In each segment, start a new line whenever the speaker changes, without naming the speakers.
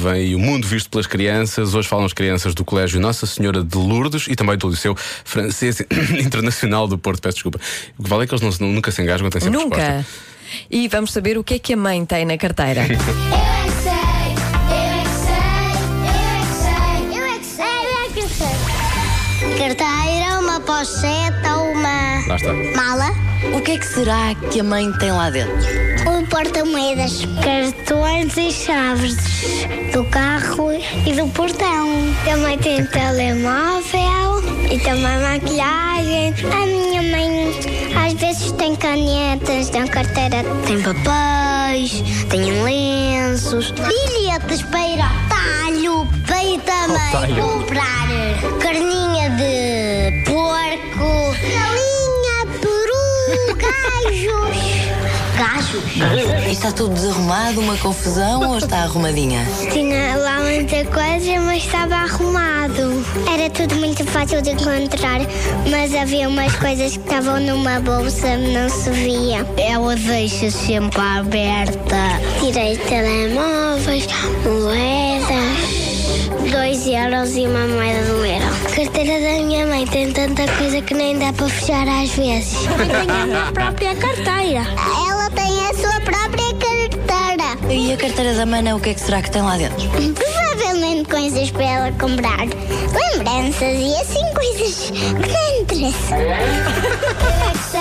vem aí o mundo visto pelas crianças. Hoje falam as crianças do Colégio Nossa Senhora de Lourdes e também do Liceu Francês Internacional do Porto. Peço desculpa. O que vale é que eles não- nunca se engasgam, têm sempre resposta.
Nunca. E vamos saber o que é que a mãe tem na carteira.
Eu é que sei, eu é que sei, eu é que sei, eu é que sei, eu é que sei. Carteira, uma pocheta, uma
Lá está.
mala,
O que é que será que a mãe tem lá dentro?
um porta-moedas, cartões e chaves do carro e do portão. Também tem telemóvel e também maquilhagem. A minha mãe às vezes tem canetas, tem carteira, tem papéis, tem lenços, bilhetes para ir ao talho, para ir também comprar carninha de porco, galinha, peru, gajos. Gajos?
E está tudo desarrumado, uma confusão ou está arrumadinha?
Tinha lá muita coisa, mas estava arrumado. Era tudo muito fácil de encontrar, mas havia umas coisas que estavam numa bolsa, não se via. Ela deixa sempre aberta. Tirei telemóveis, moedas. Dois euros e uma moeda de um euro. A carteira da minha mãe tem tanta coisa que nem dá para fechar às vezes. Eu tenho a minha própria carteira. Ela tem a sua própria carteira.
E a carteira da mana, o que é que será que tem lá dentro?
Provavelmente coisas para ela comprar. Lembranças e assim coisas que não interessam. Eu é que sei,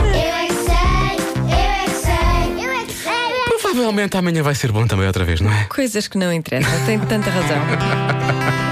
eu é que sei, eu é que sei, eu é que sei.
Provavelmente amanhã vai ser bom também outra vez, não é?
Coisas que não interessam, tem tanta razão.